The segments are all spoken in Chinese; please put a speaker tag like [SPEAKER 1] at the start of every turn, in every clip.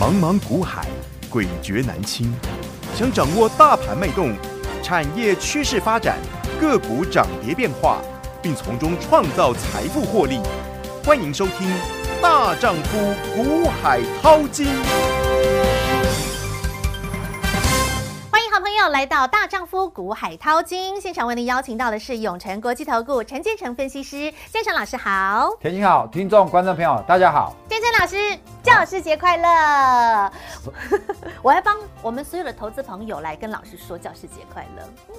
[SPEAKER 1] 茫茫股海，诡谲难清。想掌握大盘脉动、产业趋势发展、个股涨跌变化，并从中创造财富获利，欢迎收听《大丈夫股海淘金》。
[SPEAKER 2] 欢迎好朋友来到《大丈夫股海淘金》现场，为您邀请到的是永诚国际投顾陈建成分析师，建成老师好。
[SPEAKER 3] 田心好，听众、观众朋友，大家好。
[SPEAKER 2] 建成老师，教师节快乐！我要帮我们所有的投资朋友来跟老师说教师节快乐，嗯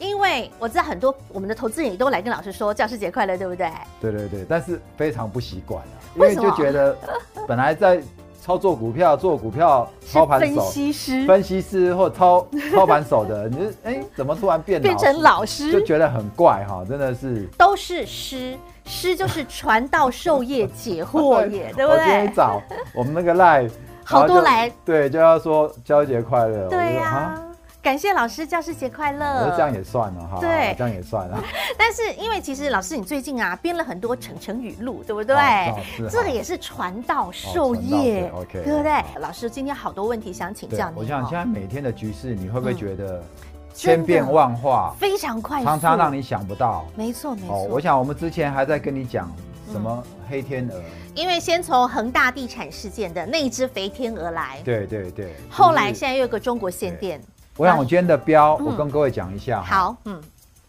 [SPEAKER 2] 因为我知道很多我们的投资人也都来跟老师说教师节快乐，对不对？
[SPEAKER 3] 对对对，但是非常不习惯啊，因
[SPEAKER 2] 为
[SPEAKER 3] 为
[SPEAKER 2] 什么
[SPEAKER 3] 就觉得本来在操作股票、做股票操盘
[SPEAKER 2] 分
[SPEAKER 3] 手、
[SPEAKER 2] 析师
[SPEAKER 3] 分析师或操 操盘手的，你就哎、怎么突然变
[SPEAKER 2] 变成老师，
[SPEAKER 3] 就觉得很怪哈、真的是。
[SPEAKER 2] 都是师，师就是传道授业解 惑也，对不
[SPEAKER 3] 我今天一
[SPEAKER 2] 对？
[SPEAKER 3] 早我们 那个赖
[SPEAKER 2] 好多，
[SPEAKER 3] 然后
[SPEAKER 2] 来
[SPEAKER 3] 就对，就要说教师节快乐。
[SPEAKER 2] 对啊呀、
[SPEAKER 3] 我就说
[SPEAKER 2] 感谢老师，教师节快
[SPEAKER 3] 啊我
[SPEAKER 2] 乐
[SPEAKER 3] 说！这样也算了哈，
[SPEAKER 2] 对
[SPEAKER 3] 这样也算了。
[SPEAKER 2] 但是因为其实老师你最近啊编了很多成成语录，对不对？
[SPEAKER 3] 哦是哦
[SPEAKER 2] 这个也是传道授业，
[SPEAKER 3] 哦传道授业，OK，
[SPEAKER 2] 对不对？
[SPEAKER 3] 好
[SPEAKER 2] 老师今天好多问题想请
[SPEAKER 3] 对
[SPEAKER 2] 教，你、哦
[SPEAKER 3] 我想现在每天的局势，你会不会
[SPEAKER 2] 嗯
[SPEAKER 3] 觉得
[SPEAKER 2] 真的
[SPEAKER 3] 千变万化？
[SPEAKER 2] 非常快速，
[SPEAKER 3] 常常让你想不到。
[SPEAKER 2] 没错没错、嗯
[SPEAKER 3] 哦，我想我们之前还在跟你讲什么黑天鹅，
[SPEAKER 2] 因为先从恒大地产事件的那一只肥天鹅来，
[SPEAKER 3] 对对对。
[SPEAKER 2] 后来
[SPEAKER 3] 就是
[SPEAKER 2] 现在又有个中国限电，
[SPEAKER 3] 我想我今天的标，
[SPEAKER 2] 嗯
[SPEAKER 3] 我跟各位讲一下。，
[SPEAKER 2] 好，嗯，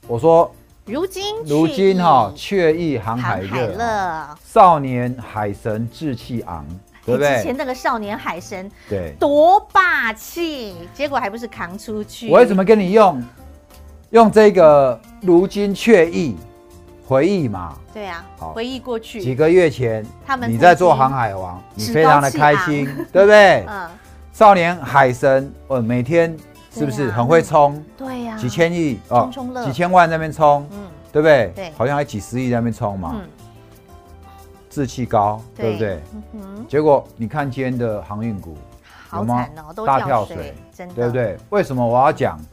[SPEAKER 3] 我说
[SPEAKER 2] 如今
[SPEAKER 3] 啊如今哈，
[SPEAKER 2] 去
[SPEAKER 3] 却意航
[SPEAKER 2] 意
[SPEAKER 3] 海
[SPEAKER 2] 航海
[SPEAKER 3] 热，
[SPEAKER 2] 乐，
[SPEAKER 3] 少年海神志气昂，对不
[SPEAKER 2] 哎之前
[SPEAKER 3] 对？
[SPEAKER 2] 那个少年海神
[SPEAKER 3] 对。
[SPEAKER 2] 多霸气，结果还不是扛出去？
[SPEAKER 3] 我为什么跟你用用这个如今却意回忆嘛？
[SPEAKER 2] 对啊，
[SPEAKER 3] 好
[SPEAKER 2] 回忆过去，
[SPEAKER 3] 几个月前
[SPEAKER 2] 他们
[SPEAKER 3] 你在做
[SPEAKER 2] 曾经
[SPEAKER 3] 航海王，你
[SPEAKER 2] 趾
[SPEAKER 3] 非常
[SPEAKER 2] 高
[SPEAKER 3] 的
[SPEAKER 2] 气
[SPEAKER 3] 开
[SPEAKER 2] 昂
[SPEAKER 3] 心，对不对？
[SPEAKER 2] 嗯，
[SPEAKER 3] 少年海神，哦，每天是不
[SPEAKER 2] 对
[SPEAKER 3] 是
[SPEAKER 2] 啊
[SPEAKER 3] 很会冲？
[SPEAKER 2] 对呀、
[SPEAKER 3] 几，千亿哦
[SPEAKER 2] 冲冲乐
[SPEAKER 3] 几千万在那边冲，
[SPEAKER 2] 嗯
[SPEAKER 3] 对不对？
[SPEAKER 2] 对
[SPEAKER 3] 好像还几十亿在那边冲嘛，
[SPEAKER 2] 嗯，
[SPEAKER 3] 志气高，对不对？？
[SPEAKER 2] 嗯哼，
[SPEAKER 3] 结果你看今天的航运股，
[SPEAKER 2] 好
[SPEAKER 3] 有吗
[SPEAKER 2] 惨哦，都
[SPEAKER 3] 大
[SPEAKER 2] 跳
[SPEAKER 3] 跳
[SPEAKER 2] 水，
[SPEAKER 3] 水
[SPEAKER 2] 真的，
[SPEAKER 3] 对不？对？为什么我要讲？
[SPEAKER 2] 嗯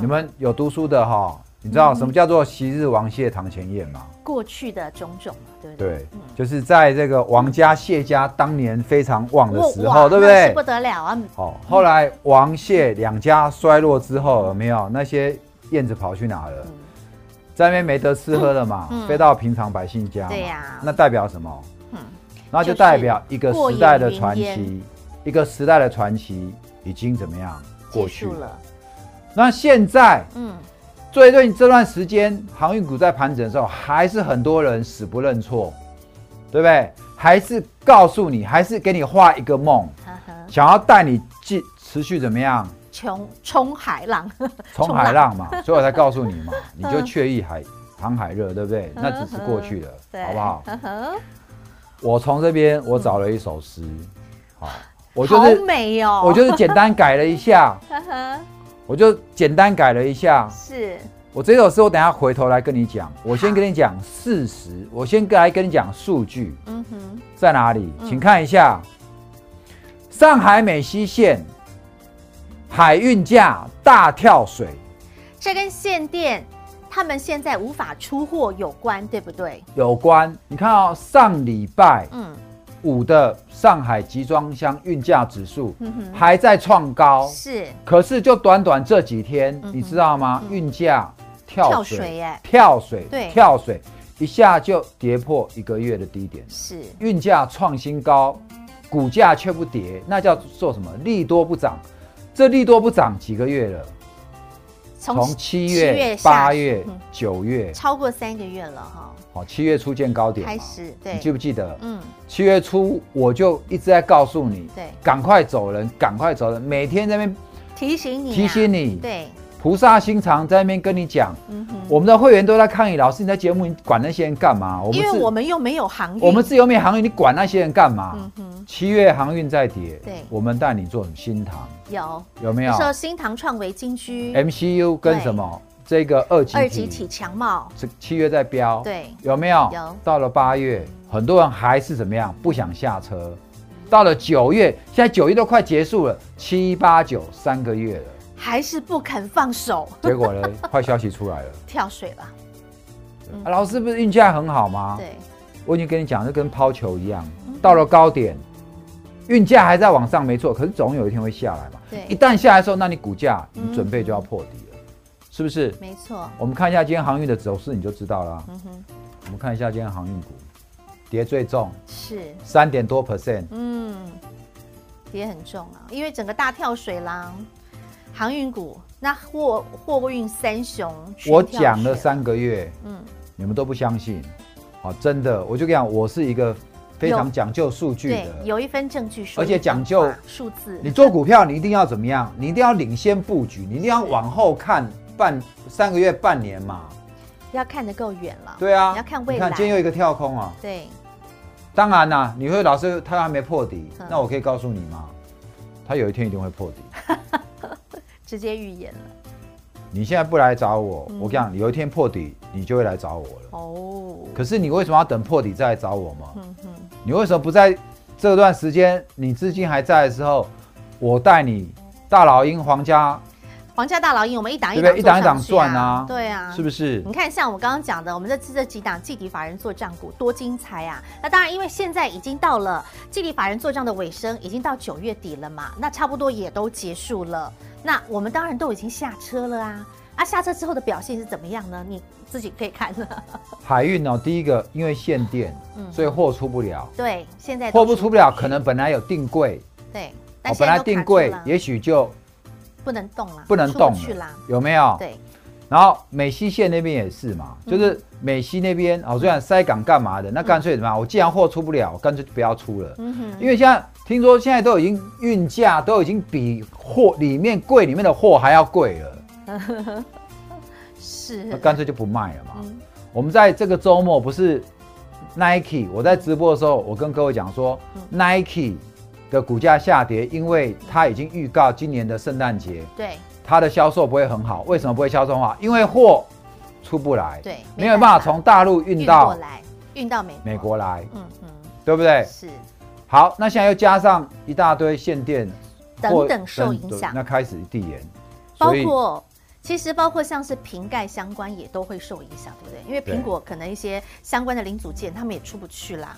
[SPEAKER 3] 你们有读书的哈，你知道什么叫做昔日王谢堂前燕吗？
[SPEAKER 2] 过去的种种嘛，对不对？
[SPEAKER 3] 对，就是在这个王家、谢家当年非常旺的
[SPEAKER 2] 哇
[SPEAKER 3] 时
[SPEAKER 2] 哇
[SPEAKER 3] 候，对不
[SPEAKER 2] 那是
[SPEAKER 3] 对
[SPEAKER 2] 不？得了啊！
[SPEAKER 3] 好，后来王谢两家衰落之后，有没有那些燕子跑去哪了？在那边没得吃喝了嘛，
[SPEAKER 2] 嗯
[SPEAKER 3] 飞到平常百姓家嘛。
[SPEAKER 2] 对呀
[SPEAKER 3] 那代表什么？
[SPEAKER 2] 嗯
[SPEAKER 3] 那就代表一个时代的传奇，一个时代的传奇已经怎么样
[SPEAKER 2] 结
[SPEAKER 3] 过去
[SPEAKER 2] 束？了，
[SPEAKER 3] 那现在
[SPEAKER 2] 嗯，
[SPEAKER 3] 最近这段时间，航运股在盘整的时候，还是很多人死不认错，对不对？还是告诉你，还是给你画一个梦，
[SPEAKER 2] 呵呵，
[SPEAKER 3] 想要带你进持续怎么样
[SPEAKER 2] 穷冲海 浪，
[SPEAKER 3] 冲
[SPEAKER 2] 冲
[SPEAKER 3] 海
[SPEAKER 2] 浪
[SPEAKER 3] 浪嘛，所以我才告诉你嘛，你就确意海航海热，对不对？那只是过去了，
[SPEAKER 2] 嗯对，
[SPEAKER 3] 好 不好？
[SPEAKER 2] 呵呵，
[SPEAKER 3] 我从这边我找了一首诗，好，我
[SPEAKER 2] 我
[SPEAKER 3] 就是
[SPEAKER 2] 嗯好美哦，
[SPEAKER 3] 我就是简单改了一 下，
[SPEAKER 2] 呵呵，
[SPEAKER 3] 我就简单改了一下。
[SPEAKER 2] 是，
[SPEAKER 3] 我这首诗我等一下回头来跟你讲，我先跟你讲事实，我先来跟你讲数据
[SPEAKER 2] 嗯哼，
[SPEAKER 3] 在哪里，
[SPEAKER 2] 嗯
[SPEAKER 3] 请看一下，上海美西线海运价大跳水，
[SPEAKER 2] 这跟限电。他们现在无法出货有关，对不对？
[SPEAKER 3] 有关。你看哦，上礼拜
[SPEAKER 2] 嗯
[SPEAKER 3] 五的上海集装箱运价指数
[SPEAKER 2] 嗯哼，
[SPEAKER 3] 还在创高，
[SPEAKER 2] 是
[SPEAKER 3] 可是就短短这几天，
[SPEAKER 2] 嗯哼
[SPEAKER 3] 你知道吗？运价跳
[SPEAKER 2] 跳
[SPEAKER 3] 水，
[SPEAKER 2] 水耶，
[SPEAKER 3] 跳水，
[SPEAKER 2] 对
[SPEAKER 3] 跳水，一下就跌破一个月的低点，
[SPEAKER 2] 是
[SPEAKER 3] 运价创新高，股价却不跌，那叫做什么？利多不涨。这利多不涨几个月了？从七月、
[SPEAKER 2] 下
[SPEAKER 3] 八月
[SPEAKER 2] 嗯、
[SPEAKER 3] 九月，
[SPEAKER 2] 超过三个月了哈，
[SPEAKER 3] 哦，七月初见高点嘛
[SPEAKER 2] 开始对
[SPEAKER 3] 你记不记得？
[SPEAKER 2] 嗯，
[SPEAKER 3] 七月初我就一直在告诉你，
[SPEAKER 2] 对
[SPEAKER 3] 赶快走人，赶快走人，每天在那边
[SPEAKER 2] 提醒你啊，
[SPEAKER 3] 提醒你，
[SPEAKER 2] 对，
[SPEAKER 3] 菩萨心肠在那边跟你讲，
[SPEAKER 2] 嗯哼，
[SPEAKER 3] 我们的会员都在抗议，老师你在节目你管那些人干嘛？我
[SPEAKER 2] 因为
[SPEAKER 3] 自
[SPEAKER 2] 我们又没有航运，
[SPEAKER 3] 我们自由面航运，你管那些人干嘛
[SPEAKER 2] 嗯？哼
[SPEAKER 3] 七月航运在跌，
[SPEAKER 2] 对
[SPEAKER 3] 我们带你做新塘，
[SPEAKER 2] 有，
[SPEAKER 3] 有没
[SPEAKER 2] 那
[SPEAKER 3] 有哎
[SPEAKER 2] 时候新塘创维金居
[SPEAKER 3] ？MCU 跟什么这个二级
[SPEAKER 2] 二级
[SPEAKER 3] 体
[SPEAKER 2] 体强茂，
[SPEAKER 3] 这七月在飙，
[SPEAKER 2] 对
[SPEAKER 3] 有没有？
[SPEAKER 2] 有
[SPEAKER 3] 到了八月，很多人还是怎么样？不想下车。到了九月，现在九月都快结束了，七八九三个月了，
[SPEAKER 2] 还是不肯放手，
[SPEAKER 3] 结 果呢，坏消息出来了。
[SPEAKER 2] 跳水了，
[SPEAKER 3] 啊老师不是运价很好吗？
[SPEAKER 2] 对，嗯
[SPEAKER 3] 我已经跟你讲，就跟抛球一样，到了高点，运价还在往上，没错，可是总有一天会下来嘛。
[SPEAKER 2] 对
[SPEAKER 3] 一旦下来的时候，那你股价
[SPEAKER 2] 嗯
[SPEAKER 3] 你准备就要破底了，是不是？
[SPEAKER 2] 没错，
[SPEAKER 3] 我们看一下今天航运的走势，你就知道了啊。
[SPEAKER 2] 嗯哼，
[SPEAKER 3] 我们看一下今天航运股，跌最重，
[SPEAKER 2] 是，
[SPEAKER 3] 三点多 percent，
[SPEAKER 2] 嗯，跌很重啊，因为整个大跳水啦，航运股那货货运三雄，
[SPEAKER 3] 我
[SPEAKER 2] 啊
[SPEAKER 3] 讲了，三个月，
[SPEAKER 2] 嗯，
[SPEAKER 3] 你们都不相信，好、真的，我就跟你讲，我是一个非常
[SPEAKER 2] 有
[SPEAKER 3] 讲究数据
[SPEAKER 2] 对，
[SPEAKER 3] 的。
[SPEAKER 2] 有一分证据说
[SPEAKER 3] 而
[SPEAKER 2] 一
[SPEAKER 3] 且
[SPEAKER 2] 分
[SPEAKER 3] 讲究
[SPEAKER 2] 话数字，
[SPEAKER 3] 你做股票，你一定要怎么样？你一定要领先布局，你一定要往后看半三个月、半年嘛。
[SPEAKER 2] 要看得够远了，
[SPEAKER 3] 对啊，
[SPEAKER 2] 你要看未
[SPEAKER 3] 你
[SPEAKER 2] 来，
[SPEAKER 3] 看今天又一个跳空啊。
[SPEAKER 2] 对，
[SPEAKER 3] 当然啦、你会老师他还没破底，
[SPEAKER 2] 嗯
[SPEAKER 3] 那我可以告诉你吗？他有一天一定 会破底。
[SPEAKER 2] 直接预言了，
[SPEAKER 3] 你现在不来找我，
[SPEAKER 2] 嗯
[SPEAKER 3] 我跟你讲，有一天破底，你就会来找我了。
[SPEAKER 2] 哦，
[SPEAKER 3] 可是你为什么要等破底再来找我吗？
[SPEAKER 2] 嗯哼，
[SPEAKER 3] 你为什么不在这段时间你资金还在的时候，我带你大老鹰、皇家，
[SPEAKER 2] 皇家大老鹰，我们一档一
[SPEAKER 3] 对不
[SPEAKER 2] 档
[SPEAKER 3] 对一档一档
[SPEAKER 2] 做上去
[SPEAKER 3] 赚啊
[SPEAKER 2] 对啊，
[SPEAKER 3] 是不是
[SPEAKER 2] 你？看，像我刚刚讲的，我们这次这几档季底法人做账股多精彩啊！那当然，因为现在已经到了季底法人做账的尾声，已经到九月底了嘛，那差不多也都结束了。那我们当然都已经下车了啊！啊，下车之后的表现是怎么样呢？你自己可以看了。
[SPEAKER 3] 海运哦，第一个因为限电，
[SPEAKER 2] 嗯
[SPEAKER 3] 所以货出不了，
[SPEAKER 2] 对，现在都
[SPEAKER 3] 货不出不了，可能本来有定柜，
[SPEAKER 2] 对，但
[SPEAKER 3] 哦，
[SPEAKER 2] 现在
[SPEAKER 3] 本来
[SPEAKER 2] 都
[SPEAKER 3] 定
[SPEAKER 2] 卡
[SPEAKER 3] 柜
[SPEAKER 2] 住了
[SPEAKER 3] 也许就
[SPEAKER 2] 不能动了，
[SPEAKER 3] 不能动
[SPEAKER 2] 出去啦
[SPEAKER 3] 了。，哦有没有？
[SPEAKER 2] 对，嗯
[SPEAKER 3] 然后美西线那边也是嘛，就是美西那边哦，虽然塞港干嘛的，那干脆怎么样？我既然货出不了，我干脆就不要出了。
[SPEAKER 2] 嗯哼，
[SPEAKER 3] 因为现在听说现在都已经运价都已经比货里面柜里面的货还要贵了，
[SPEAKER 2] 是
[SPEAKER 3] 那干脆就不卖了嘛。
[SPEAKER 2] 嗯
[SPEAKER 3] 我们在这个周末不是 Nike，我在直播的时候，我跟各位讲说、Nike
[SPEAKER 2] 嗯
[SPEAKER 3] 的股价下跌，因为它已经预告今年的圣诞节
[SPEAKER 2] 对
[SPEAKER 3] 它的销售不会很好。为什么不会销售很好？因为货出不来，
[SPEAKER 2] 对
[SPEAKER 3] 没有
[SPEAKER 2] 没
[SPEAKER 3] 办法
[SPEAKER 2] 办法
[SPEAKER 3] 从大陆运
[SPEAKER 2] 运
[SPEAKER 3] 到
[SPEAKER 2] 过来，运到美
[SPEAKER 3] 美，国来，
[SPEAKER 2] 嗯哼，
[SPEAKER 3] 对不对？
[SPEAKER 2] 是
[SPEAKER 3] 好，那现在又加上一大堆限电，
[SPEAKER 2] 等
[SPEAKER 3] 货
[SPEAKER 2] 等受影响
[SPEAKER 3] 那。开始递延，
[SPEAKER 2] 包
[SPEAKER 3] 所以
[SPEAKER 2] 括其实包括像是瓶盖相关也都会受影响，对不对？因为苹果可能一些相关的零组件他们也出不去啦。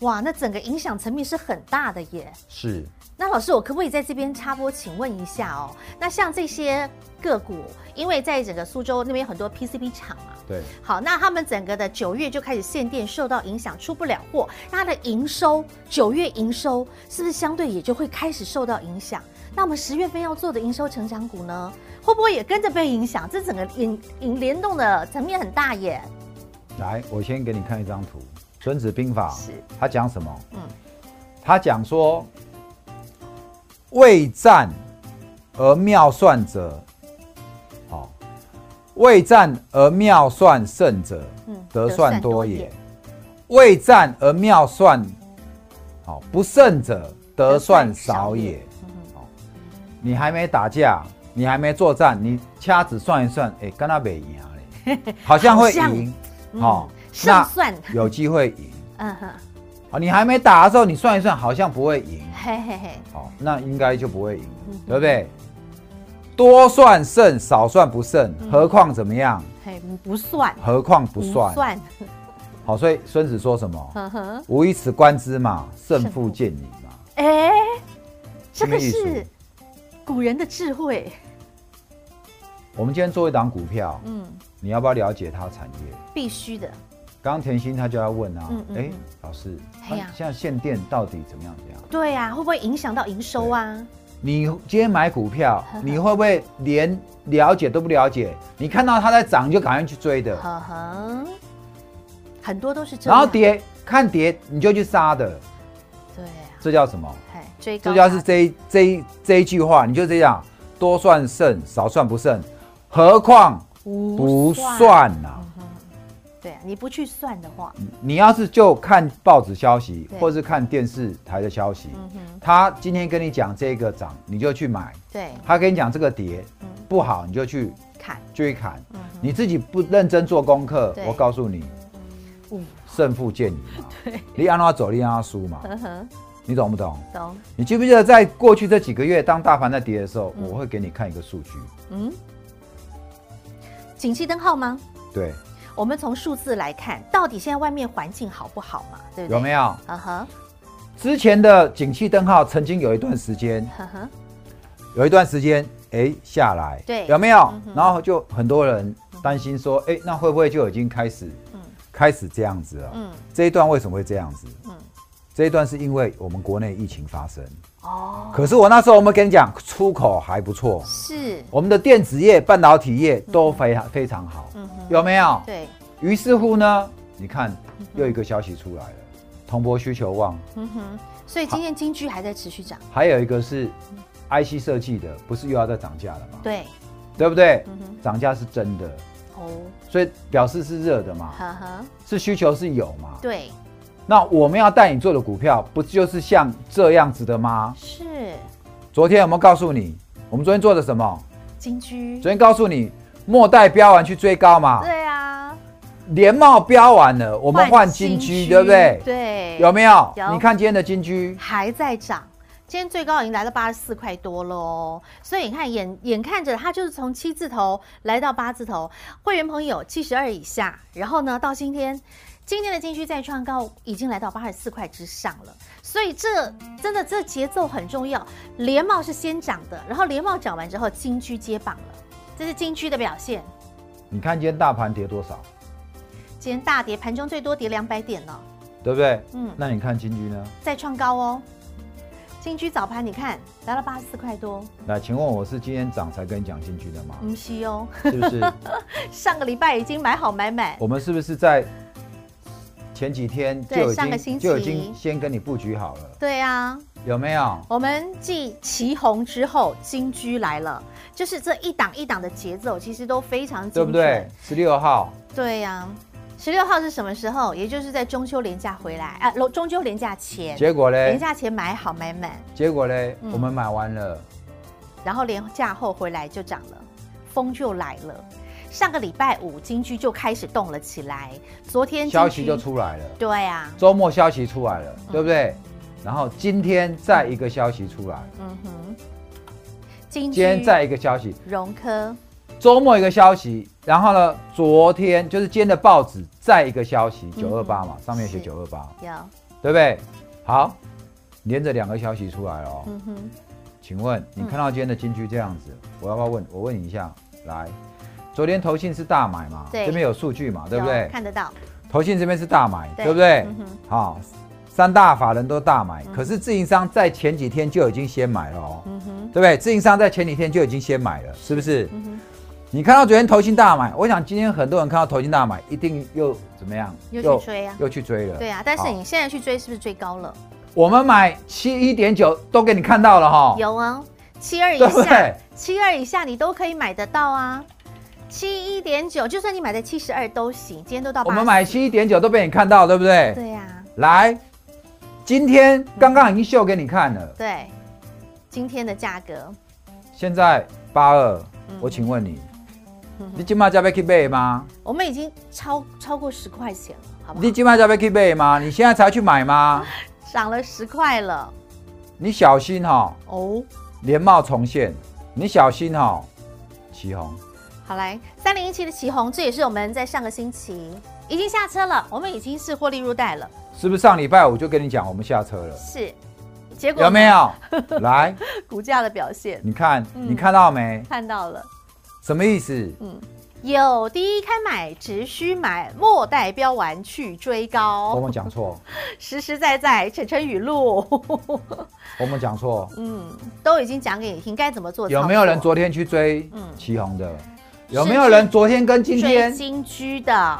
[SPEAKER 2] 哇，那整个影响层面是很大的耶。
[SPEAKER 3] 是
[SPEAKER 2] 那老师，我可不可以在这边插播，请问一下哦？那像这些个股，因为在整个苏州那边有很多 PCB 厂嘛，
[SPEAKER 3] 对。
[SPEAKER 2] 好，那他们整个的九月就开始限电，受到影响，出不了货，那它的营收九月营收是不是相对也就会开始受到影响？那我们十月份要做的营收成长股呢，会不会也跟着被影响？这整个引引联动的层面很大耶。
[SPEAKER 3] 来，我先给你看一张图，《孙子兵法
[SPEAKER 2] 是》
[SPEAKER 3] 他讲什么？
[SPEAKER 2] 嗯
[SPEAKER 3] 嗯，他讲说，未战而妙算者，好、未战而妙算胜者，
[SPEAKER 2] 嗯
[SPEAKER 3] 得算多也；未战而妙算，好、不胜者，得算少也。
[SPEAKER 2] 嗯
[SPEAKER 3] 好你还没打架，你还没作战，你掐指算一算，哎、跟他没赢嘞， 好像会
[SPEAKER 2] 好像
[SPEAKER 3] 赢，
[SPEAKER 2] 嗯
[SPEAKER 3] 好、
[SPEAKER 2] 胜算，
[SPEAKER 3] 有机会赢。
[SPEAKER 2] 嗯哼，
[SPEAKER 3] 好，你还没打的时候，你算一算，好像不会赢，
[SPEAKER 2] 嘿嘿嘿，
[SPEAKER 3] 好，那应该就不会赢
[SPEAKER 2] 嗯，
[SPEAKER 3] 对不对？多算胜，少算不胜，
[SPEAKER 2] 嗯
[SPEAKER 3] 何况怎么样？
[SPEAKER 2] 嘿，不算，
[SPEAKER 3] 何况不算
[SPEAKER 2] 不。算，嗯
[SPEAKER 3] 好，所以孙子说什么？
[SPEAKER 2] 呵呵，
[SPEAKER 3] 吾以此观之嘛，胜负见矣嘛。
[SPEAKER 2] 哎，这个
[SPEAKER 3] 什么意思
[SPEAKER 2] 是古人的智慧，
[SPEAKER 3] 我们今天做一档股票，
[SPEAKER 2] 嗯，
[SPEAKER 3] 你要不要了解它产业？
[SPEAKER 2] 必须的。
[SPEAKER 3] 刚刚甜心他就要问啊
[SPEAKER 2] 嗯嗯，
[SPEAKER 3] 哎
[SPEAKER 2] 嗯，
[SPEAKER 3] 老师，
[SPEAKER 2] 哎呀
[SPEAKER 3] 啊现在限电到底怎么样？怎么样？
[SPEAKER 2] 对呀、会不会影响到营收啊？
[SPEAKER 3] 你今天买股票， 你会不会连了解都不了解？你看到它在涨，你就赶快去追的。
[SPEAKER 2] 呵呵，很多都是这样。
[SPEAKER 3] 然后，跌看跌你就去杀的，
[SPEAKER 2] 对啊，
[SPEAKER 3] 这叫什么？
[SPEAKER 2] 哎，追高
[SPEAKER 3] 这
[SPEAKER 2] 达，
[SPEAKER 3] 叫是这一这一这一句话，你就这样，多算胜，少算不胜，何况不算嗯呐、啊。
[SPEAKER 2] 对啊，你不去算的话，
[SPEAKER 3] 你要是就看报纸消息
[SPEAKER 2] 对，
[SPEAKER 3] 或是看电视台的消息，
[SPEAKER 2] 嗯哼，
[SPEAKER 3] 他今天跟你讲这个涨，你就去买；
[SPEAKER 2] 对，
[SPEAKER 3] 他跟你讲这个跌
[SPEAKER 2] 嗯
[SPEAKER 3] 不好，你就去
[SPEAKER 2] 看，
[SPEAKER 3] 追砍。
[SPEAKER 2] 嗯哼，
[SPEAKER 3] 你自己不认真做功课
[SPEAKER 2] 对，
[SPEAKER 3] 我告诉你
[SPEAKER 2] 嗯，
[SPEAKER 3] 胜负 见矣嘛。你按他走，你按他输嘛，
[SPEAKER 2] 呵呵，
[SPEAKER 3] 你懂不懂？
[SPEAKER 2] 懂，
[SPEAKER 3] 你记不记得在过去这几个月，当大盘在跌的时候，我会给你看一个数据，
[SPEAKER 2] 嗯，景气灯号吗？
[SPEAKER 3] 对，
[SPEAKER 2] 我们从数字来看，到底现在外面环境好不好嘛？对不对？
[SPEAKER 3] 有没有？
[SPEAKER 2] 啊哈，
[SPEAKER 3] 之前的景气灯号曾经有一段时间，
[SPEAKER 2] 呵呵，
[SPEAKER 3] 有一段时间哎下来，
[SPEAKER 2] 对
[SPEAKER 3] 有没有
[SPEAKER 2] 嗯？哼
[SPEAKER 3] 然后就很多人担心说，哎，那会不会就已经开始
[SPEAKER 2] 嗯
[SPEAKER 3] 开始这样子了？
[SPEAKER 2] 嗯
[SPEAKER 3] 这一段为什么会这样子？
[SPEAKER 2] 嗯，
[SPEAKER 3] 这一段是因为我们国内疫情发生。
[SPEAKER 2] 哦，
[SPEAKER 3] 可是我那时候我们跟你讲，出口还不错，
[SPEAKER 2] 是，
[SPEAKER 3] 我们的电子业、半导体业都非常非常好，
[SPEAKER 2] 嗯哼，
[SPEAKER 3] 有没有？
[SPEAKER 2] 对，
[SPEAKER 3] 于是乎呢，你看又一个消息出来了，铜箔需求旺，
[SPEAKER 2] 嗯哼，所以今天金居还在持续涨，
[SPEAKER 3] 还有一个是 IC 设计的，不是又要再涨价了吗？
[SPEAKER 2] 对，
[SPEAKER 3] 对不对
[SPEAKER 2] 嗯哼？
[SPEAKER 3] 涨价是真的，
[SPEAKER 2] 哦，
[SPEAKER 3] 所以表示是热的嘛，
[SPEAKER 2] 呵呵，
[SPEAKER 3] 是需求是有嘛。
[SPEAKER 2] 对，
[SPEAKER 3] 那我们要带你做的股票，不就是像这样子的吗？
[SPEAKER 2] 是
[SPEAKER 3] 昨天有没有告诉你，我们昨天做的什么？
[SPEAKER 2] 金居，
[SPEAKER 3] 昨天告诉你，末代标完去追高嘛，
[SPEAKER 2] 对啊，
[SPEAKER 3] 连帽标完了，我
[SPEAKER 2] 我
[SPEAKER 3] 们换金居，对不对？
[SPEAKER 2] 对，
[SPEAKER 3] 有没有？
[SPEAKER 2] 有
[SPEAKER 3] 你看今天的金居，
[SPEAKER 2] 还在涨。今天最高已经来到八十四块多喽，所以你看眼眼看着它就是从七字头来到八字头，会员朋友七十二以下，然后呢到今天，今天的金区再创高已经来到八十四块之上了，所以这真的这节奏很重要。联茂是先涨的，然后联茂涨完之后，金区接棒了，这是金区的表现。
[SPEAKER 3] 你看今天大盘跌多少，
[SPEAKER 2] 今天大跌，盘中最多跌两百点呢，
[SPEAKER 3] 对不对？
[SPEAKER 2] 嗯
[SPEAKER 3] 那你看金居呢？
[SPEAKER 2] 再创高哦。金区早盘你看来到八十四块多，
[SPEAKER 3] 来，请问我是今天涨才跟你讲金居的吗？
[SPEAKER 2] 嗯西哦。
[SPEAKER 3] 是不是？
[SPEAKER 2] 上个礼拜已经买好买满，
[SPEAKER 3] 我们是不是在前几天
[SPEAKER 2] 对
[SPEAKER 3] 就已
[SPEAKER 2] 上个星
[SPEAKER 3] 经
[SPEAKER 2] 期
[SPEAKER 3] 就已经先跟你布局好了？
[SPEAKER 2] 对啊，
[SPEAKER 3] 有没有？
[SPEAKER 2] 我们继旗红之后，金居来了，就是这一档一档的节奏，其实都非常
[SPEAKER 3] 对
[SPEAKER 2] 精
[SPEAKER 3] 不
[SPEAKER 2] 准，
[SPEAKER 3] 对？十六号，
[SPEAKER 2] 对呀、十六号是什么时候？也就是在中秋连假回来啊，中中秋连假前，
[SPEAKER 3] 结果哎
[SPEAKER 2] 连
[SPEAKER 3] 嘞？
[SPEAKER 2] 假前买好买满，
[SPEAKER 3] 结果嘞？
[SPEAKER 2] 嗯
[SPEAKER 3] 我们买完了，
[SPEAKER 2] 然后连假后回来就涨了，风就来了。上个礼拜五，金居就开始动了起来，昨天金
[SPEAKER 3] 消息
[SPEAKER 2] 居
[SPEAKER 3] 就出来了。
[SPEAKER 2] 对啊，
[SPEAKER 3] 周末消息出来
[SPEAKER 2] 嗯
[SPEAKER 3] 了，对不对？然后今天再一个消息出来，
[SPEAKER 2] 嗯哼，金居
[SPEAKER 3] 今天再一个消息，
[SPEAKER 2] 融科。
[SPEAKER 3] 周末一个消息，然后呢，昨天就是今天的报纸再一个消息，
[SPEAKER 2] 嗯
[SPEAKER 3] 九二八嘛，上面写
[SPEAKER 2] 是
[SPEAKER 3] 九二八，
[SPEAKER 2] 有，
[SPEAKER 3] 对不对？好，连着两个消息出来了哦。
[SPEAKER 2] 嗯哼，
[SPEAKER 3] 请问你看到今天的金居这样子，我要不要问？我问你一下，来，昨天投信是大买嘛？
[SPEAKER 2] 对
[SPEAKER 3] 这边有数据嘛，对不
[SPEAKER 2] 有
[SPEAKER 3] 对？哎
[SPEAKER 2] 看得到，
[SPEAKER 3] 投信这边是大买，
[SPEAKER 2] 对
[SPEAKER 3] 对不对
[SPEAKER 2] 嗯哼？
[SPEAKER 3] 好，三大法人都大买，可是自营商在前几天就已经先买了哦，
[SPEAKER 2] 嗯哼，
[SPEAKER 3] 对不对？自营商在前几天就已经先买了，是不是？
[SPEAKER 2] 嗯哼，
[SPEAKER 3] 你看到昨天投信大买，我想今天很多人看到投信大买，一定又怎么样？
[SPEAKER 2] 又去追啊
[SPEAKER 3] 又去追了。
[SPEAKER 2] 对啊，但是
[SPEAKER 3] 好
[SPEAKER 2] 你现在去追是不是追高了？
[SPEAKER 3] 我们买七一点九都给你看到了哈，
[SPEAKER 2] 有啊，七二以
[SPEAKER 3] 哦对不
[SPEAKER 2] 下
[SPEAKER 3] 对，
[SPEAKER 2] 七二以下你都可以买得到啊，七一点九，就算你买在七十二都行，今天都到
[SPEAKER 3] 我
[SPEAKER 2] 八，
[SPEAKER 3] 们买七一点九都被你看到，对不对？
[SPEAKER 2] 对啊呀，
[SPEAKER 3] 来，今天刚刚已经秀给你看了，
[SPEAKER 2] 对，今天的价格，
[SPEAKER 3] 现在八二
[SPEAKER 2] 嗯，
[SPEAKER 3] 我请问你
[SPEAKER 2] 嗯，
[SPEAKER 3] 你今麦加要去买吗？
[SPEAKER 2] 我们已经超超过十块钱了，好不好
[SPEAKER 3] 你？今麦加要去买吗？你现在才去买吗？
[SPEAKER 2] 涨了十块了，
[SPEAKER 3] 你小心哈、
[SPEAKER 2] 哦，
[SPEAKER 3] 连帽重现，你小心哈、祁红，
[SPEAKER 2] 好来，三零一七的旗红，这也是我们在上个星期已经下车了，我们已经是获利入袋了，
[SPEAKER 3] 是不是上礼拜五就跟你讲我们下车了？
[SPEAKER 2] 是，结果
[SPEAKER 3] 有没有？ 来，
[SPEAKER 2] 股价的表现？
[SPEAKER 3] 你看，
[SPEAKER 2] 嗯
[SPEAKER 3] 你看到没？
[SPEAKER 2] 看到了，
[SPEAKER 3] 什么意思？
[SPEAKER 2] 嗯，有低开买，只需买，莫代标完去追
[SPEAKER 3] 我
[SPEAKER 2] 高，
[SPEAKER 3] 们讲错，
[SPEAKER 2] 实实在在，晨晨语录，
[SPEAKER 3] 我们讲错。
[SPEAKER 2] 嗯，都已经讲给你听该怎么做，
[SPEAKER 3] 有没有人昨天去追
[SPEAKER 2] 嗯
[SPEAKER 3] 祁红的？有没有人昨天跟今
[SPEAKER 2] 追
[SPEAKER 3] 天
[SPEAKER 2] 金居的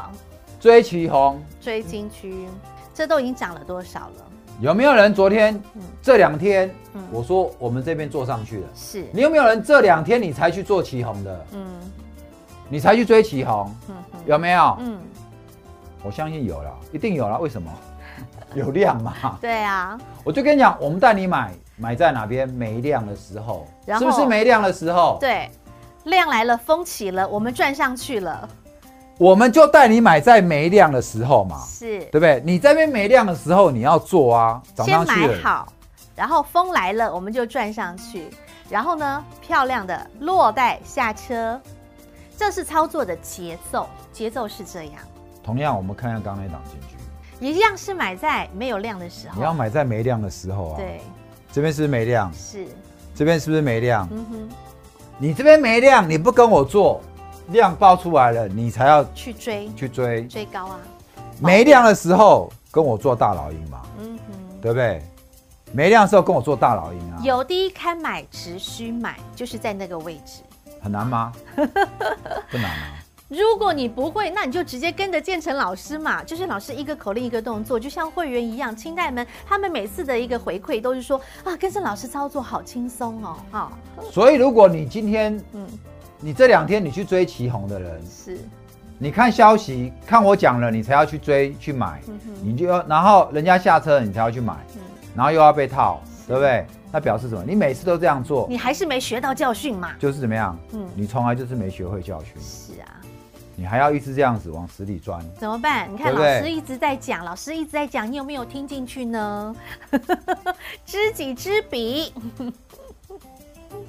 [SPEAKER 3] 追祁红？
[SPEAKER 2] 追金居，这都已经涨了多少了？
[SPEAKER 3] 有没有人昨天
[SPEAKER 2] 嗯
[SPEAKER 3] 这两天
[SPEAKER 2] 嗯
[SPEAKER 3] 我说我们这边做上去了？
[SPEAKER 2] 是，
[SPEAKER 3] 你有没有人这两天你才去做旗红的？
[SPEAKER 2] 嗯
[SPEAKER 3] 你才去追旗红？
[SPEAKER 2] 嗯嗯
[SPEAKER 3] 有没有？
[SPEAKER 2] 嗯，
[SPEAKER 3] 我相信有了，一定有了。为什么？ 有量嘛？
[SPEAKER 2] 对啊，
[SPEAKER 3] 我就跟你讲，我们带你买，买在哪边没量的时候，
[SPEAKER 2] 然
[SPEAKER 3] 是
[SPEAKER 2] 后
[SPEAKER 3] 不是没量的时候？
[SPEAKER 2] 对，量来了，风起了，我们赚上去了，
[SPEAKER 3] 我们就带你买在没量的时候嘛，
[SPEAKER 2] 是
[SPEAKER 3] 对，不对？你在边没量的时候你要做啊，涨
[SPEAKER 2] 先
[SPEAKER 3] 上去
[SPEAKER 2] 买
[SPEAKER 3] 了。
[SPEAKER 2] 好，然后风来了我们就转上去，然后呢，漂亮的落袋下车，这是操作的节奏，节奏是这样。
[SPEAKER 3] 同样，我们看一下刚刚那档金居，
[SPEAKER 2] 一样是买在没有量的时候。
[SPEAKER 3] 你要买在没量的时候啊。，
[SPEAKER 2] 对，嗯
[SPEAKER 3] 这边是不是没量？
[SPEAKER 2] 是，
[SPEAKER 3] 这边是不是没量？
[SPEAKER 2] 嗯哼，
[SPEAKER 3] 你这边没量，你不跟我做，量爆出来了，你才要
[SPEAKER 2] 去追
[SPEAKER 3] 去追。
[SPEAKER 2] 追高啊，
[SPEAKER 3] 没量的时候跟我做大老鹰嘛，
[SPEAKER 2] 嗯哼，
[SPEAKER 3] 对不对？没量的时候跟我做大老鹰啊，
[SPEAKER 2] 有第一看买直需买，就是在那个位置。
[SPEAKER 3] 很 难吗？不难啊吗？
[SPEAKER 2] 如果你不会，那你就直接跟着建成老师嘛，就是老师一个口令一个动作，就像会员一样。清代们他们每次的一个回馈都是说啊，跟着老师操作好轻松哦，哈、
[SPEAKER 3] 所以如果你今天
[SPEAKER 2] 嗯，
[SPEAKER 3] 你这两天你去追旗红的人，
[SPEAKER 2] 是，
[SPEAKER 3] 你看消息，看我讲了，你才要去追去买，
[SPEAKER 2] 嗯哼，
[SPEAKER 3] 你就要，然后人家下车了你才要去买，
[SPEAKER 2] 嗯，
[SPEAKER 3] 然后又要被套，对不对？那表示什么？你每次都这样做，
[SPEAKER 2] 你还是没学到教训嘛，
[SPEAKER 3] 就是怎么样？
[SPEAKER 2] 嗯
[SPEAKER 3] 你从来就是没学会教训，
[SPEAKER 2] 是啊，
[SPEAKER 3] 你还要一直这样子往死里钻。
[SPEAKER 2] 怎么办？你看
[SPEAKER 3] 对
[SPEAKER 2] 老
[SPEAKER 3] 不对
[SPEAKER 2] 师一直在讲，老师一直在讲，你有没有听进去呢？ 知己知彼，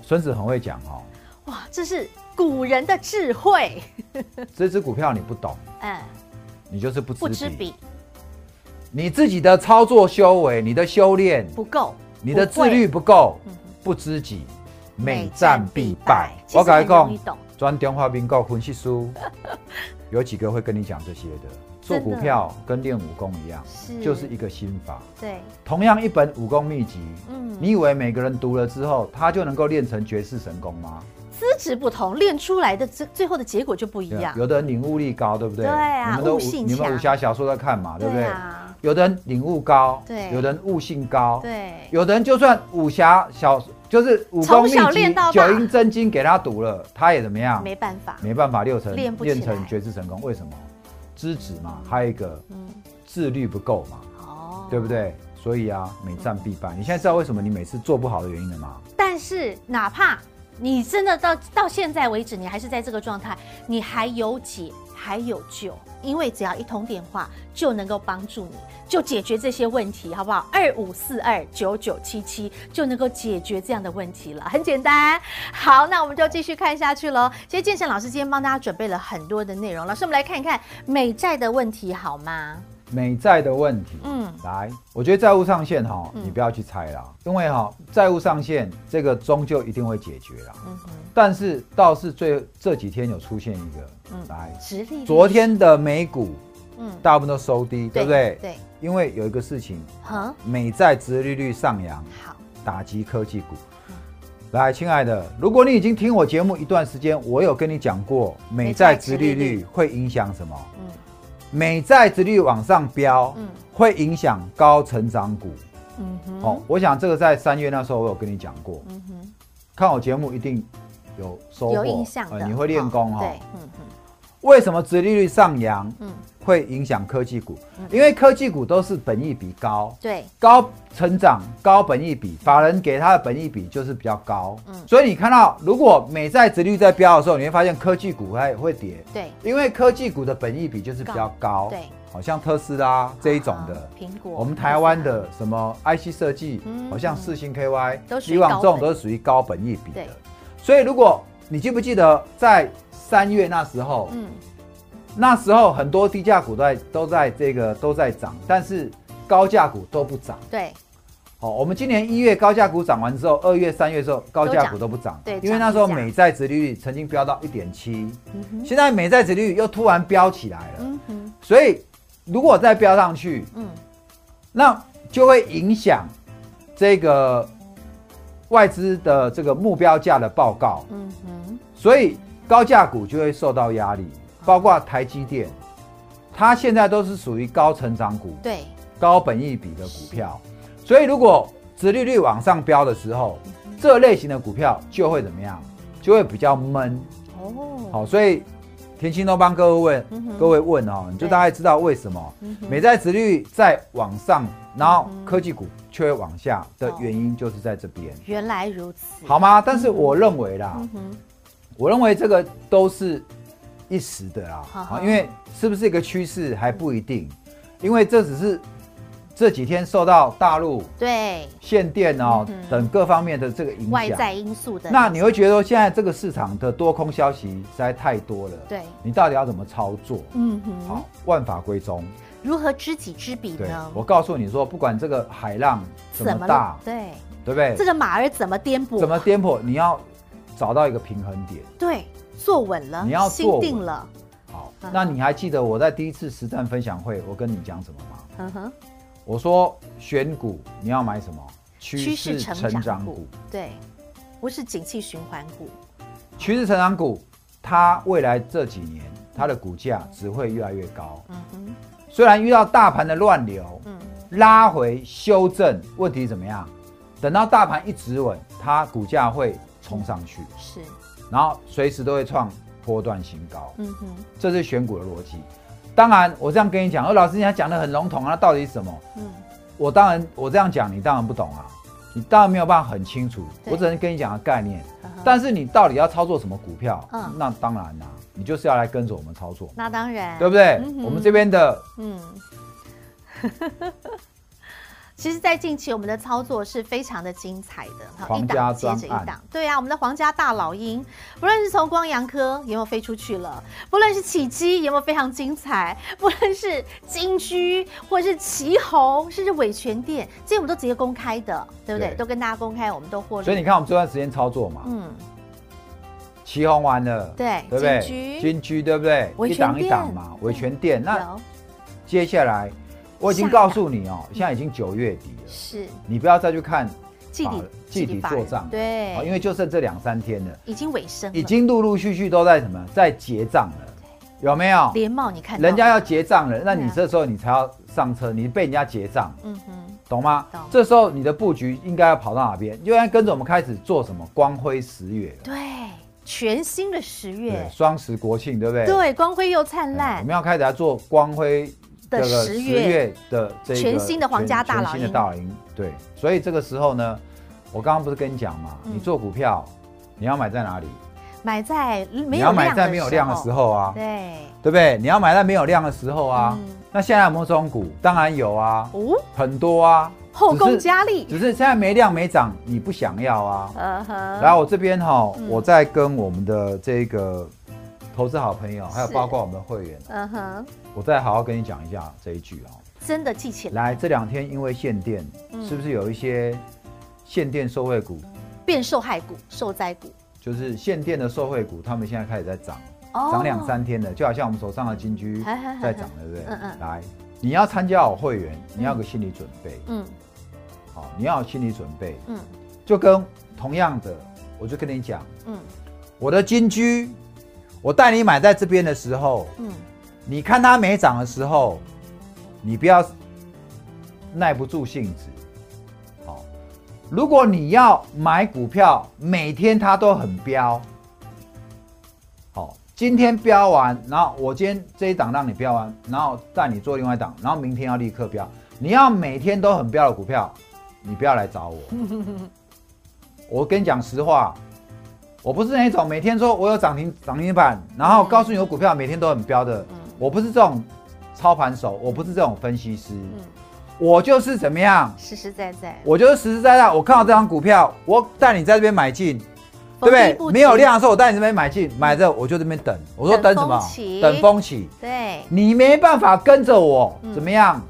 [SPEAKER 3] 孙子很会讲 哦，
[SPEAKER 2] 哇，这是古人的智慧，
[SPEAKER 3] 这只股票你不懂，
[SPEAKER 2] 嗯，
[SPEAKER 3] 你就是不知
[SPEAKER 2] 不知彼
[SPEAKER 3] 你自己的操作修为、你的修炼、
[SPEAKER 2] 不够，
[SPEAKER 3] 你的
[SPEAKER 2] 不
[SPEAKER 3] 自
[SPEAKER 2] 会
[SPEAKER 3] 律不够
[SPEAKER 2] 嗯，
[SPEAKER 3] 不知己，每战必败。
[SPEAKER 2] 其实
[SPEAKER 3] 跟
[SPEAKER 2] 很
[SPEAKER 3] 你
[SPEAKER 2] 容易 懂，
[SPEAKER 3] 专中华民国分 析书，有几个会跟你讲这些的。做
[SPEAKER 2] 真的
[SPEAKER 3] 股票跟练武功一样，
[SPEAKER 2] 是
[SPEAKER 3] 就是一个心法。
[SPEAKER 2] 对，
[SPEAKER 3] 同样一本武功秘籍，
[SPEAKER 2] 嗯
[SPEAKER 3] 你以为每个人读了之后，他就能够练成绝世神功吗？
[SPEAKER 2] 资质不同，练出来的最最后的结果就不一
[SPEAKER 3] 对啊
[SPEAKER 2] 样。
[SPEAKER 3] 有的人领悟力高，对不对？
[SPEAKER 2] 对啊
[SPEAKER 3] 你们都
[SPEAKER 2] 悟
[SPEAKER 3] 武
[SPEAKER 2] 性
[SPEAKER 3] 你们武
[SPEAKER 2] 强
[SPEAKER 3] 侠小说在看嘛，对不对？
[SPEAKER 2] 啊，
[SPEAKER 3] 有的人领悟高，
[SPEAKER 2] 对
[SPEAKER 3] 有的人悟性高，
[SPEAKER 2] 对，
[SPEAKER 3] 有的人就算武侠小就是武功
[SPEAKER 2] 从
[SPEAKER 3] 秘
[SPEAKER 2] 小
[SPEAKER 3] 籍
[SPEAKER 2] 练到大
[SPEAKER 3] 九阴真经给他读了，他也怎么样？
[SPEAKER 2] 没办法，
[SPEAKER 3] 没办法六成
[SPEAKER 2] 练不起来
[SPEAKER 3] 成绝世神功，为什么？资质嘛，还有一个
[SPEAKER 2] 嗯，
[SPEAKER 3] 自律不够嘛，
[SPEAKER 2] 哦，
[SPEAKER 3] 对不？对？所以啊，每战必败。你现在知道为什么你每次做不好的原因了吗？
[SPEAKER 2] 但是哪怕你真的到到现在为止，你还是在这个状态，你还有解，还有救，因为只要一通电话就能够帮助你，就解决这些问题，好不好？二五四二九九七七就能够解决这样的问题了，很简单。好，那我们就继续看下去喽。其实建成老师今天帮大家准备了很多的内容，老师我们来看一看美债的问题好吗？
[SPEAKER 3] 美债的问题，
[SPEAKER 2] 嗯，
[SPEAKER 3] 来，我觉得债务上限哈，
[SPEAKER 2] 嗯
[SPEAKER 3] 你不要去猜啦，因为哈，债务上限这个终究一定会解决啦。
[SPEAKER 2] 嗯哼，
[SPEAKER 3] 但是倒是最这几天有出现一个，
[SPEAKER 2] 嗯
[SPEAKER 3] 来，
[SPEAKER 2] 直立率
[SPEAKER 3] 昨，天的美股
[SPEAKER 2] 嗯，
[SPEAKER 3] 大部分都收低，对不对？
[SPEAKER 2] 对，
[SPEAKER 3] 因为有一个事情，
[SPEAKER 2] 哼，
[SPEAKER 3] 美债殖利率上扬，
[SPEAKER 2] 好，
[SPEAKER 3] 打击科技股。
[SPEAKER 2] 嗯
[SPEAKER 3] 来，亲爱的，如果你已经听我节目一段时间，我有跟你讲过，美债殖利率会影响什么？
[SPEAKER 2] 嗯
[SPEAKER 3] 美债殖利率往上飙，
[SPEAKER 2] 嗯
[SPEAKER 3] 会影响高成长股。
[SPEAKER 2] 嗯哼，
[SPEAKER 3] 哦，我想这个在三月那时候我有跟你讲过，
[SPEAKER 2] 嗯哼。
[SPEAKER 3] 看我节目一定有收获，
[SPEAKER 2] 有印象的，
[SPEAKER 3] 你会练功哦。
[SPEAKER 2] 对，嗯嗯
[SPEAKER 3] 为什么殖利率上扬
[SPEAKER 2] 嗯，
[SPEAKER 3] 会影响科技股？因为科技股都是本益比高，
[SPEAKER 2] 对，嗯
[SPEAKER 3] 高成长、高本益比，法人给它的本益比就是比较高。
[SPEAKER 2] 嗯
[SPEAKER 3] 所以你看到，如果美债值率在飙的时候，你会发现科技股还会跌，
[SPEAKER 2] 对，
[SPEAKER 3] 因为科技股的本益比就是比较高。
[SPEAKER 2] 对，
[SPEAKER 3] 好像特斯拉这一种的
[SPEAKER 2] 啊，苹果，
[SPEAKER 3] 我们台湾的什么 IC 设计，
[SPEAKER 2] 嗯
[SPEAKER 3] 好像四星 KY，
[SPEAKER 2] 都属于
[SPEAKER 3] 以往这
[SPEAKER 2] 高
[SPEAKER 3] 种
[SPEAKER 2] 本
[SPEAKER 3] 都是属于高本益比
[SPEAKER 2] 对
[SPEAKER 3] 的。所以如果你记不记得在三月那时候，
[SPEAKER 2] 嗯，
[SPEAKER 3] 那时候很多低价股都在都在这个都在涨，但是高价股都不涨。
[SPEAKER 2] 对，
[SPEAKER 3] 哦，我们今年一月高价股涨完之后，二月、三月之后高价股都不涨，
[SPEAKER 2] 都涨对
[SPEAKER 3] 因为那时候
[SPEAKER 2] 涨一下
[SPEAKER 3] 美债殖利率曾经飙到一点七，
[SPEAKER 2] 嗯哼，
[SPEAKER 3] 现在美债殖利率又突然飙起来了，
[SPEAKER 2] 嗯哼，
[SPEAKER 3] 所以如果再飙上去，
[SPEAKER 2] 嗯，
[SPEAKER 3] 那就会影响这个外资的这个目标价的报告，
[SPEAKER 2] 嗯哼，
[SPEAKER 3] 所以高价股就会受到压力，
[SPEAKER 2] 啊
[SPEAKER 3] 包括台积电，它现在都是属于高成长股，
[SPEAKER 2] 对，
[SPEAKER 3] 高本益比的股票。所以如果殖利率往上飙的时候，这类型的股票就会怎么样？就会比较闷。
[SPEAKER 2] 哦，
[SPEAKER 3] 好、所以田心都帮各位问，
[SPEAKER 2] 嗯哼
[SPEAKER 3] 各位问哦，你就大概知道为什么
[SPEAKER 2] 嗯哼
[SPEAKER 3] 美债殖利率在往上，然后
[SPEAKER 2] 嗯哼
[SPEAKER 3] 科技股却会往下的原因就是在这边。
[SPEAKER 2] 原来如此，，
[SPEAKER 3] 好吗？但是我认为啦，
[SPEAKER 2] 嗯哼，
[SPEAKER 3] 我认为这个都是一时的啦，
[SPEAKER 2] 好
[SPEAKER 3] 啊因为是不是一个趋势还不一定，因为这只是这几天受到大陆
[SPEAKER 2] 对，
[SPEAKER 3] 限电哦、
[SPEAKER 2] 嗯哼
[SPEAKER 3] 等各方面的这个影
[SPEAKER 2] 外
[SPEAKER 3] 响。
[SPEAKER 2] 在因素的，
[SPEAKER 3] 那你会觉得说现在这个市场的多空消息实在太多了，
[SPEAKER 2] 对
[SPEAKER 3] 你到底要怎么操作？
[SPEAKER 2] 嗯哼，
[SPEAKER 3] 好，万法归宗，
[SPEAKER 2] 如何知己知彼
[SPEAKER 3] 对
[SPEAKER 2] 呢，？
[SPEAKER 3] 我告诉你说，不管这个海浪怎么大，
[SPEAKER 2] 对，
[SPEAKER 3] 对不对？
[SPEAKER 2] 这个马儿怎么颠簸？
[SPEAKER 3] 怎么颠簸，你要找到一个平衡点。
[SPEAKER 2] 对？坐稳了，
[SPEAKER 3] 你要
[SPEAKER 2] 心
[SPEAKER 3] 坐稳
[SPEAKER 2] 定了，
[SPEAKER 3] 好
[SPEAKER 2] 嗯，
[SPEAKER 3] 那你还记得我在第一次实战分享会，我跟你讲什么吗？
[SPEAKER 2] 嗯哼，
[SPEAKER 3] 我说选股你要买什么？趋势成长股。，
[SPEAKER 2] 对，不是景气循环股，
[SPEAKER 3] 趋势成长股，它未来这几年它的股价只会越来越高。
[SPEAKER 2] 嗯哼，
[SPEAKER 3] 虽然遇到大盘的乱流，
[SPEAKER 2] 嗯，
[SPEAKER 3] 拉回修正，问题怎么样？等到大盘一直稳，它股价会冲上去，
[SPEAKER 2] 是，
[SPEAKER 3] 然后随时都会创波段新高。
[SPEAKER 2] 嗯哼，
[SPEAKER 3] 这是选股的逻辑。当然，我这样跟你讲，而哦老师你还讲的很笼统啊，那到底是什么？
[SPEAKER 2] 嗯，
[SPEAKER 3] 我当然我这样讲，你当然不懂啊，你当然没有办法很清楚。
[SPEAKER 2] 对
[SPEAKER 3] 我只能跟你讲个概念，
[SPEAKER 2] 嗯哼
[SPEAKER 3] 但是你到底要操作什么股票，
[SPEAKER 2] 嗯
[SPEAKER 3] 那当然啦、你就是要来跟着我们操作，
[SPEAKER 2] 那当然，
[SPEAKER 3] 对不对？
[SPEAKER 2] 嗯哼
[SPEAKER 3] 我们这边的
[SPEAKER 2] 嗯， 其实，在近期我们的操作是非常的精彩的，好，一
[SPEAKER 3] 皇
[SPEAKER 2] 档
[SPEAKER 3] 家
[SPEAKER 2] 接着
[SPEAKER 3] 专案
[SPEAKER 2] 一档。对啊，我们的皇家大老鹰，不论是从光阳科有没有飞出去了，不论是起基有没有非常精彩，不论是金居或者是旗红，甚至伟全店，这些我们都直接公开的，对不对？
[SPEAKER 3] 对
[SPEAKER 2] 都跟大家公开，我们都获利。
[SPEAKER 3] 所以你看，我们这段时间操作嘛，
[SPEAKER 2] 嗯，
[SPEAKER 3] 旗红完了，
[SPEAKER 2] 对
[SPEAKER 3] 对不对？
[SPEAKER 2] 金居
[SPEAKER 3] 金居对不对？
[SPEAKER 2] 维
[SPEAKER 3] 一
[SPEAKER 2] 权
[SPEAKER 3] 档
[SPEAKER 2] 店嗯
[SPEAKER 3] 一档嘛，维权店。那
[SPEAKER 2] 有
[SPEAKER 3] 接下来，我已经
[SPEAKER 2] 下一档
[SPEAKER 3] 告诉你哦，现在已经九月底了，
[SPEAKER 2] 是
[SPEAKER 3] 你不要再去看
[SPEAKER 2] 季底
[SPEAKER 3] 法季啊底
[SPEAKER 2] 法人
[SPEAKER 3] 做账，
[SPEAKER 2] 对，嗯
[SPEAKER 3] 哦因为就剩这两三天了，
[SPEAKER 2] 已经尾声了，
[SPEAKER 3] 已经陆陆续续都在什么在结账了，有没有？
[SPEAKER 2] 连帽你看到
[SPEAKER 3] 人家
[SPEAKER 2] 了
[SPEAKER 3] 要结账了，那
[SPEAKER 2] 对
[SPEAKER 3] 你
[SPEAKER 2] 啊
[SPEAKER 3] 这时候你才要上车，你被人家结账，
[SPEAKER 2] 嗯哼
[SPEAKER 3] 懂吗
[SPEAKER 2] 懂？
[SPEAKER 3] 这时候你的布局应该要跑到哪边？就应该跟着我们开始做什么光辉十月了，
[SPEAKER 2] 对全新的十月
[SPEAKER 3] 对，。双十国庆，对不对？
[SPEAKER 2] 对，光辉又
[SPEAKER 3] 嗯，
[SPEAKER 2] 灿烂
[SPEAKER 3] 我们，要开始来做光辉
[SPEAKER 2] 的
[SPEAKER 3] 这个
[SPEAKER 2] 十
[SPEAKER 3] 十
[SPEAKER 2] 月
[SPEAKER 3] 月的这个
[SPEAKER 2] 全新的皇家大老鹰
[SPEAKER 3] 全新的大老鹰。对，所以这个时候呢，我刚刚不是跟你讲嘛，
[SPEAKER 2] 嗯
[SPEAKER 3] 你做股票你要买在哪里？
[SPEAKER 2] 买在没
[SPEAKER 3] 你
[SPEAKER 2] 有
[SPEAKER 3] 要买
[SPEAKER 2] 量
[SPEAKER 3] 在没有量的时，候啊，
[SPEAKER 2] 对，
[SPEAKER 3] 对不对？你要买在没有量的时候啊。
[SPEAKER 2] 嗯
[SPEAKER 3] 那现在有没有这种股？当然有啊，
[SPEAKER 2] 哦，
[SPEAKER 3] 很多啊，
[SPEAKER 2] 后
[SPEAKER 3] 只
[SPEAKER 2] 宫
[SPEAKER 3] 是
[SPEAKER 2] 佳丽，
[SPEAKER 3] 只是现在没量没涨，你不想要啊。
[SPEAKER 2] 呃呵
[SPEAKER 3] 然后我这边哈
[SPEAKER 2] 嗯，
[SPEAKER 3] 我在跟我们的这个投资好朋友，还有
[SPEAKER 2] 是
[SPEAKER 3] 包括我们的会员，
[SPEAKER 2] 嗯哼，
[SPEAKER 3] 我再好好跟你讲一下这一句哦。
[SPEAKER 2] 真的记起来，
[SPEAKER 3] 来，这两天因为限电，
[SPEAKER 2] 嗯
[SPEAKER 3] 是不是有一些限电受惠股，
[SPEAKER 2] 变受害股、受灾股，
[SPEAKER 3] 就是限电的受惠股，他们现在开始在涨，
[SPEAKER 2] 哦
[SPEAKER 3] 涨两，三天了，就好像我们手上的金居
[SPEAKER 2] 嗨嗨嗨
[SPEAKER 3] 在涨，对不对
[SPEAKER 2] 嗯嗯？
[SPEAKER 3] 来，你要参加我会员，你要有个心理准备，
[SPEAKER 2] 嗯
[SPEAKER 3] 好，你要有心理准备，
[SPEAKER 2] 嗯
[SPEAKER 3] 就跟同样的，我就跟你讲，
[SPEAKER 2] 嗯
[SPEAKER 3] 我的金居，我带你买在这边的时候，
[SPEAKER 2] 嗯，
[SPEAKER 3] 你看它没涨的时候，你不要耐不住性子。好，如果你要买股票，每天它都很飙，好，今天飙完，然后我今天这一档让你飙完，然后带你做另外一档，然后明天要立刻飙。你要每天都很飙的股票，你不要来找我。我跟你讲实话，我不是那种每天说我有涨停涨停板，然后告诉你有股票每天都很飙的，
[SPEAKER 2] 嗯
[SPEAKER 3] 我不是这种操盘手，我不是这种分析师，
[SPEAKER 2] 嗯
[SPEAKER 3] 我就是怎么样，
[SPEAKER 2] 实实在在，
[SPEAKER 3] 我就是实实在在，我看到这张股票，我带你在这边买进，
[SPEAKER 2] 逢低
[SPEAKER 3] 对不对
[SPEAKER 2] 布？局
[SPEAKER 3] 没有量，的时候，我带你这边买进，买着我就这边等，我说
[SPEAKER 2] 等
[SPEAKER 3] 等什么
[SPEAKER 2] 风起？
[SPEAKER 3] 等风起，
[SPEAKER 2] 对，
[SPEAKER 3] 你没办法跟着我
[SPEAKER 2] 嗯，
[SPEAKER 3] 怎么样？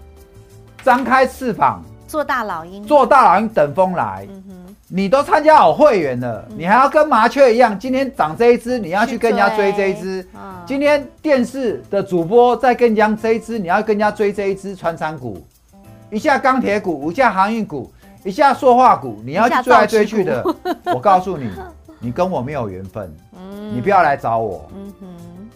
[SPEAKER 3] 张开翅膀，
[SPEAKER 2] 做大老鹰，，
[SPEAKER 3] 做大老鹰等风来。
[SPEAKER 2] 嗯哼，
[SPEAKER 3] 你都参加好会员了，你还要跟麻雀一样，今天涨这一只，你要去跟人家追这一只。
[SPEAKER 2] 嗯
[SPEAKER 3] 今天电视的主播在跟人家这一只，你要跟人家追这一只穿山股，一下钢铁股，一下航运股，一下塑化股，你要去追来追去的。 我告诉你，你跟我没有缘分，你不要来找我。
[SPEAKER 2] 啊嗯哼，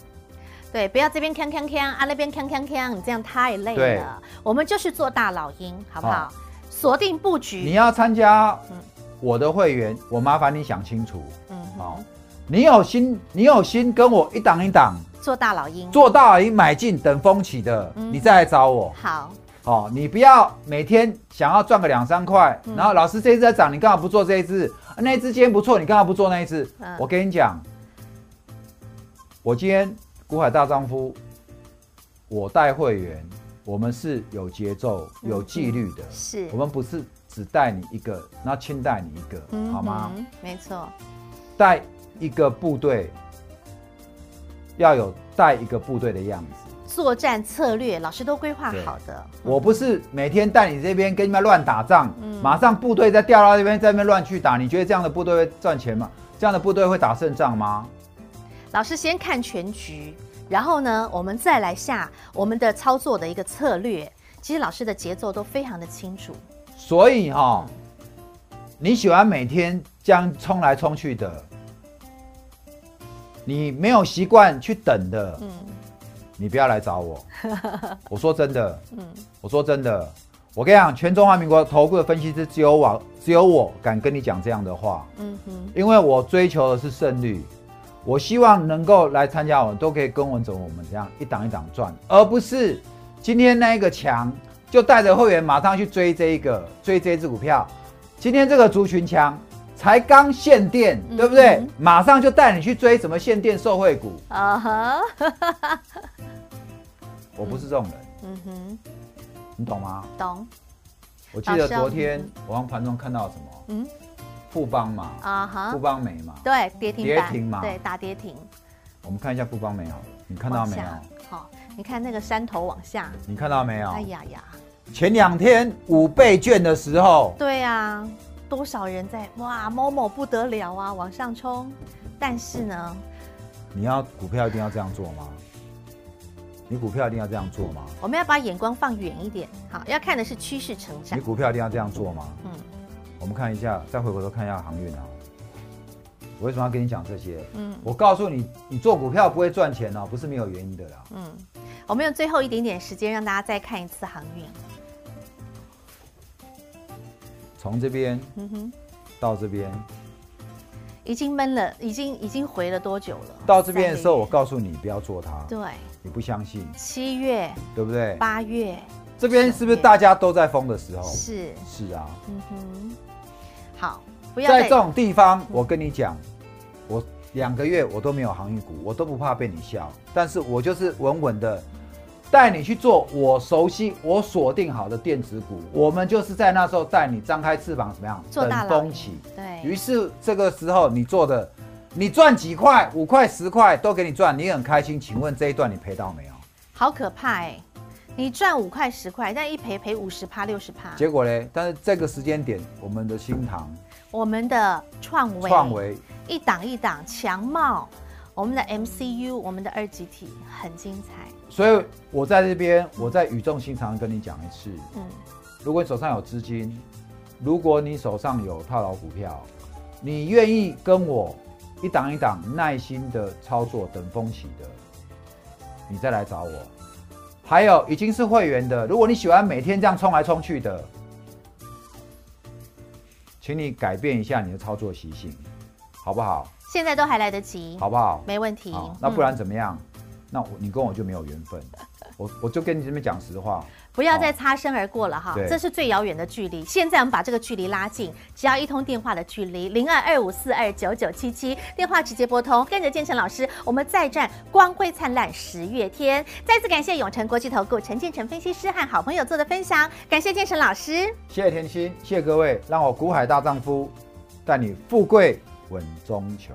[SPEAKER 2] 对，不要这边锵锵锵啊，那边锵锵锵，你这样太累
[SPEAKER 3] 对
[SPEAKER 2] 了。我们就是做大老鹰，好不好
[SPEAKER 3] 好？
[SPEAKER 2] 锁定布
[SPEAKER 3] 你
[SPEAKER 2] 局，
[SPEAKER 3] 要参加
[SPEAKER 2] 嗯
[SPEAKER 3] 我的会员，我麻烦你想清楚。
[SPEAKER 2] 嗯哼，
[SPEAKER 3] 好，你有心，你有心跟我一档一档
[SPEAKER 2] 做大老鹰，
[SPEAKER 3] 做到已经买进等风起的，
[SPEAKER 2] 嗯
[SPEAKER 3] 你再来找我。
[SPEAKER 2] 好，
[SPEAKER 3] 哦，你不要每天想要赚个两三块，
[SPEAKER 2] 嗯
[SPEAKER 3] 然后老师这一只在涨，你干嘛不做这一只？啊那一只今天不错，你干嘛不做那一只？
[SPEAKER 2] 嗯
[SPEAKER 3] 我跟你讲，我今天股海大丈夫，我带会员，我们是有节奏、有纪律的，
[SPEAKER 2] 嗯是
[SPEAKER 3] 我，们不是只带你一个，然后轻带你一个，
[SPEAKER 2] 嗯
[SPEAKER 3] 好吗？
[SPEAKER 2] 哼？没错，
[SPEAKER 3] 带一个部队要有带一个部队的样子，
[SPEAKER 2] 作战策略，老师都规划好的。
[SPEAKER 3] 我不是每天带你这边跟你们乱打仗，
[SPEAKER 2] 嗯
[SPEAKER 3] 马上部队再调到这边，在那边乱去打，你觉得这样的部队会赚钱吗？这样的部队会打胜仗吗？
[SPEAKER 2] 老师先看全局，然后呢，我们再来下我们的操作的一个策略。其实老师的节奏都非常的清楚，
[SPEAKER 3] 所以哈、你喜欢每天这样冲来冲去的，你没有习惯去等的，
[SPEAKER 2] 嗯
[SPEAKER 3] 你不要来找我。我说真的，
[SPEAKER 2] 嗯，
[SPEAKER 3] 我说真的，我跟你讲，全中华民国投顾的分析师只有我，只有我敢跟你讲这样的话，
[SPEAKER 2] 嗯哼，
[SPEAKER 3] 因为我追求的是胜率。我希望能够来参加我，都可以跟我怎么我们这样一档一档赚，而不是今天那一个强就带着会员马上去追这一个追这只股票。今天这个族群强，才刚限电，
[SPEAKER 2] 嗯
[SPEAKER 3] 对不对
[SPEAKER 2] 嗯？
[SPEAKER 3] 马上就带你去追什么限电受惠股。
[SPEAKER 2] 啊哈，
[SPEAKER 3] 我不是这种人，
[SPEAKER 2] 嗯哼，嗯
[SPEAKER 3] 你懂吗？
[SPEAKER 2] 懂，
[SPEAKER 3] 我记得
[SPEAKER 2] 老师要
[SPEAKER 3] 昨天
[SPEAKER 2] 嗯
[SPEAKER 3] 我往盘中看到什么
[SPEAKER 2] 嗯
[SPEAKER 3] 富邦嘛，
[SPEAKER 2] 啊哈
[SPEAKER 3] 富，邦美嘛，
[SPEAKER 2] 对，跌停板，
[SPEAKER 3] 跌停嘛
[SPEAKER 2] 对，打跌停，
[SPEAKER 3] 我们看一下富邦美好了，你看到
[SPEAKER 2] 往
[SPEAKER 3] 没有？
[SPEAKER 2] 下，好、你看那个山头往下，
[SPEAKER 3] 你看到没有？
[SPEAKER 2] 哎呀呀，
[SPEAKER 3] 前两天五倍券的时候，
[SPEAKER 2] 对啊，多少人在哇，某某不得了啊，往上冲，但是呢，
[SPEAKER 3] 你要股票一定要这样做吗？你股票一定要这样做吗？
[SPEAKER 2] 我们要把眼光放远一点，好，要看的是趋势成长
[SPEAKER 3] 你。股票一定要这样做吗？
[SPEAKER 2] 嗯
[SPEAKER 3] 我们看一下，再回过头看一下航运啊。我为什么要跟你讲这些？
[SPEAKER 2] 嗯
[SPEAKER 3] 我告诉你，你做股票不会赚钱哦，不是没有原因的啦。
[SPEAKER 2] 嗯，我们用最后一点点时间让大家再看一次航运。
[SPEAKER 3] 从这边
[SPEAKER 2] 嗯哼，
[SPEAKER 3] 到这边，
[SPEAKER 2] 已经闷了，已经已经回了多久了？
[SPEAKER 3] 到这边的时候，我
[SPEAKER 2] 三个
[SPEAKER 3] 告诉你不要做它，
[SPEAKER 2] 月对
[SPEAKER 3] 你不相信，
[SPEAKER 2] 七月、
[SPEAKER 3] 对不对？
[SPEAKER 2] 八月
[SPEAKER 3] 这边是不是大家都在疯的时候？
[SPEAKER 2] 是，
[SPEAKER 3] 是啊，
[SPEAKER 2] 嗯哼，好，不要
[SPEAKER 3] 在
[SPEAKER 2] 再
[SPEAKER 3] 这种地方，我跟你讲，我两个月我都没有航运股，我都不怕被你笑，但是我就是稳稳的带你去做我熟悉、我锁定好的电子股。我们就是在那时候带你张开翅膀，怎么样？
[SPEAKER 2] 做大
[SPEAKER 3] 等
[SPEAKER 2] 佬
[SPEAKER 3] 风起。于
[SPEAKER 2] 对，
[SPEAKER 3] 是这个时候你做的，你赚几块、五块、十块都给你赚，你很开心。请问这一段你赔到没有？
[SPEAKER 2] 好可怕哎、你赚五块十块，但一赔赔五十趴六十趴。
[SPEAKER 3] 结果嘞，但是这个时间点，我们的新塘、
[SPEAKER 2] 我们的创维，
[SPEAKER 3] 创维
[SPEAKER 2] 一档一档强茂，我们的 MCU，我们的二级体很精彩。
[SPEAKER 3] 所以我在这边，我在语重心长地跟你讲一次：
[SPEAKER 2] 嗯，
[SPEAKER 3] 如果你手上有资金，如果你手上有套牢股票，你愿意跟我一档一档耐心的操作，等风起的，你再来找我。还有已经是会员的，如果你喜欢每天这样冲来冲去的，请你改变一下你的操作习性，好不好？
[SPEAKER 2] 现在都还来得及，
[SPEAKER 3] 好不好？
[SPEAKER 2] 没问题嗯
[SPEAKER 3] 好。，那不然怎么样？那我你跟我就没有缘分，我我就跟你这边讲实话，
[SPEAKER 2] 嗯不要再擦身而过了哈
[SPEAKER 3] 对，
[SPEAKER 2] 这是最遥远的距离。现在我们把这个距离拉近，只要一通电话的距离，零二二五四二九九七七，电话直接拨通，跟着建成老师，我们再战光辉灿烂十月天。再次感谢永诚国际投顾陈建成分析师和好朋友做的分享，感谢建成老师。
[SPEAKER 3] 谢谢甜心，谢谢各位，让我股海大丈夫带你富贵稳中求。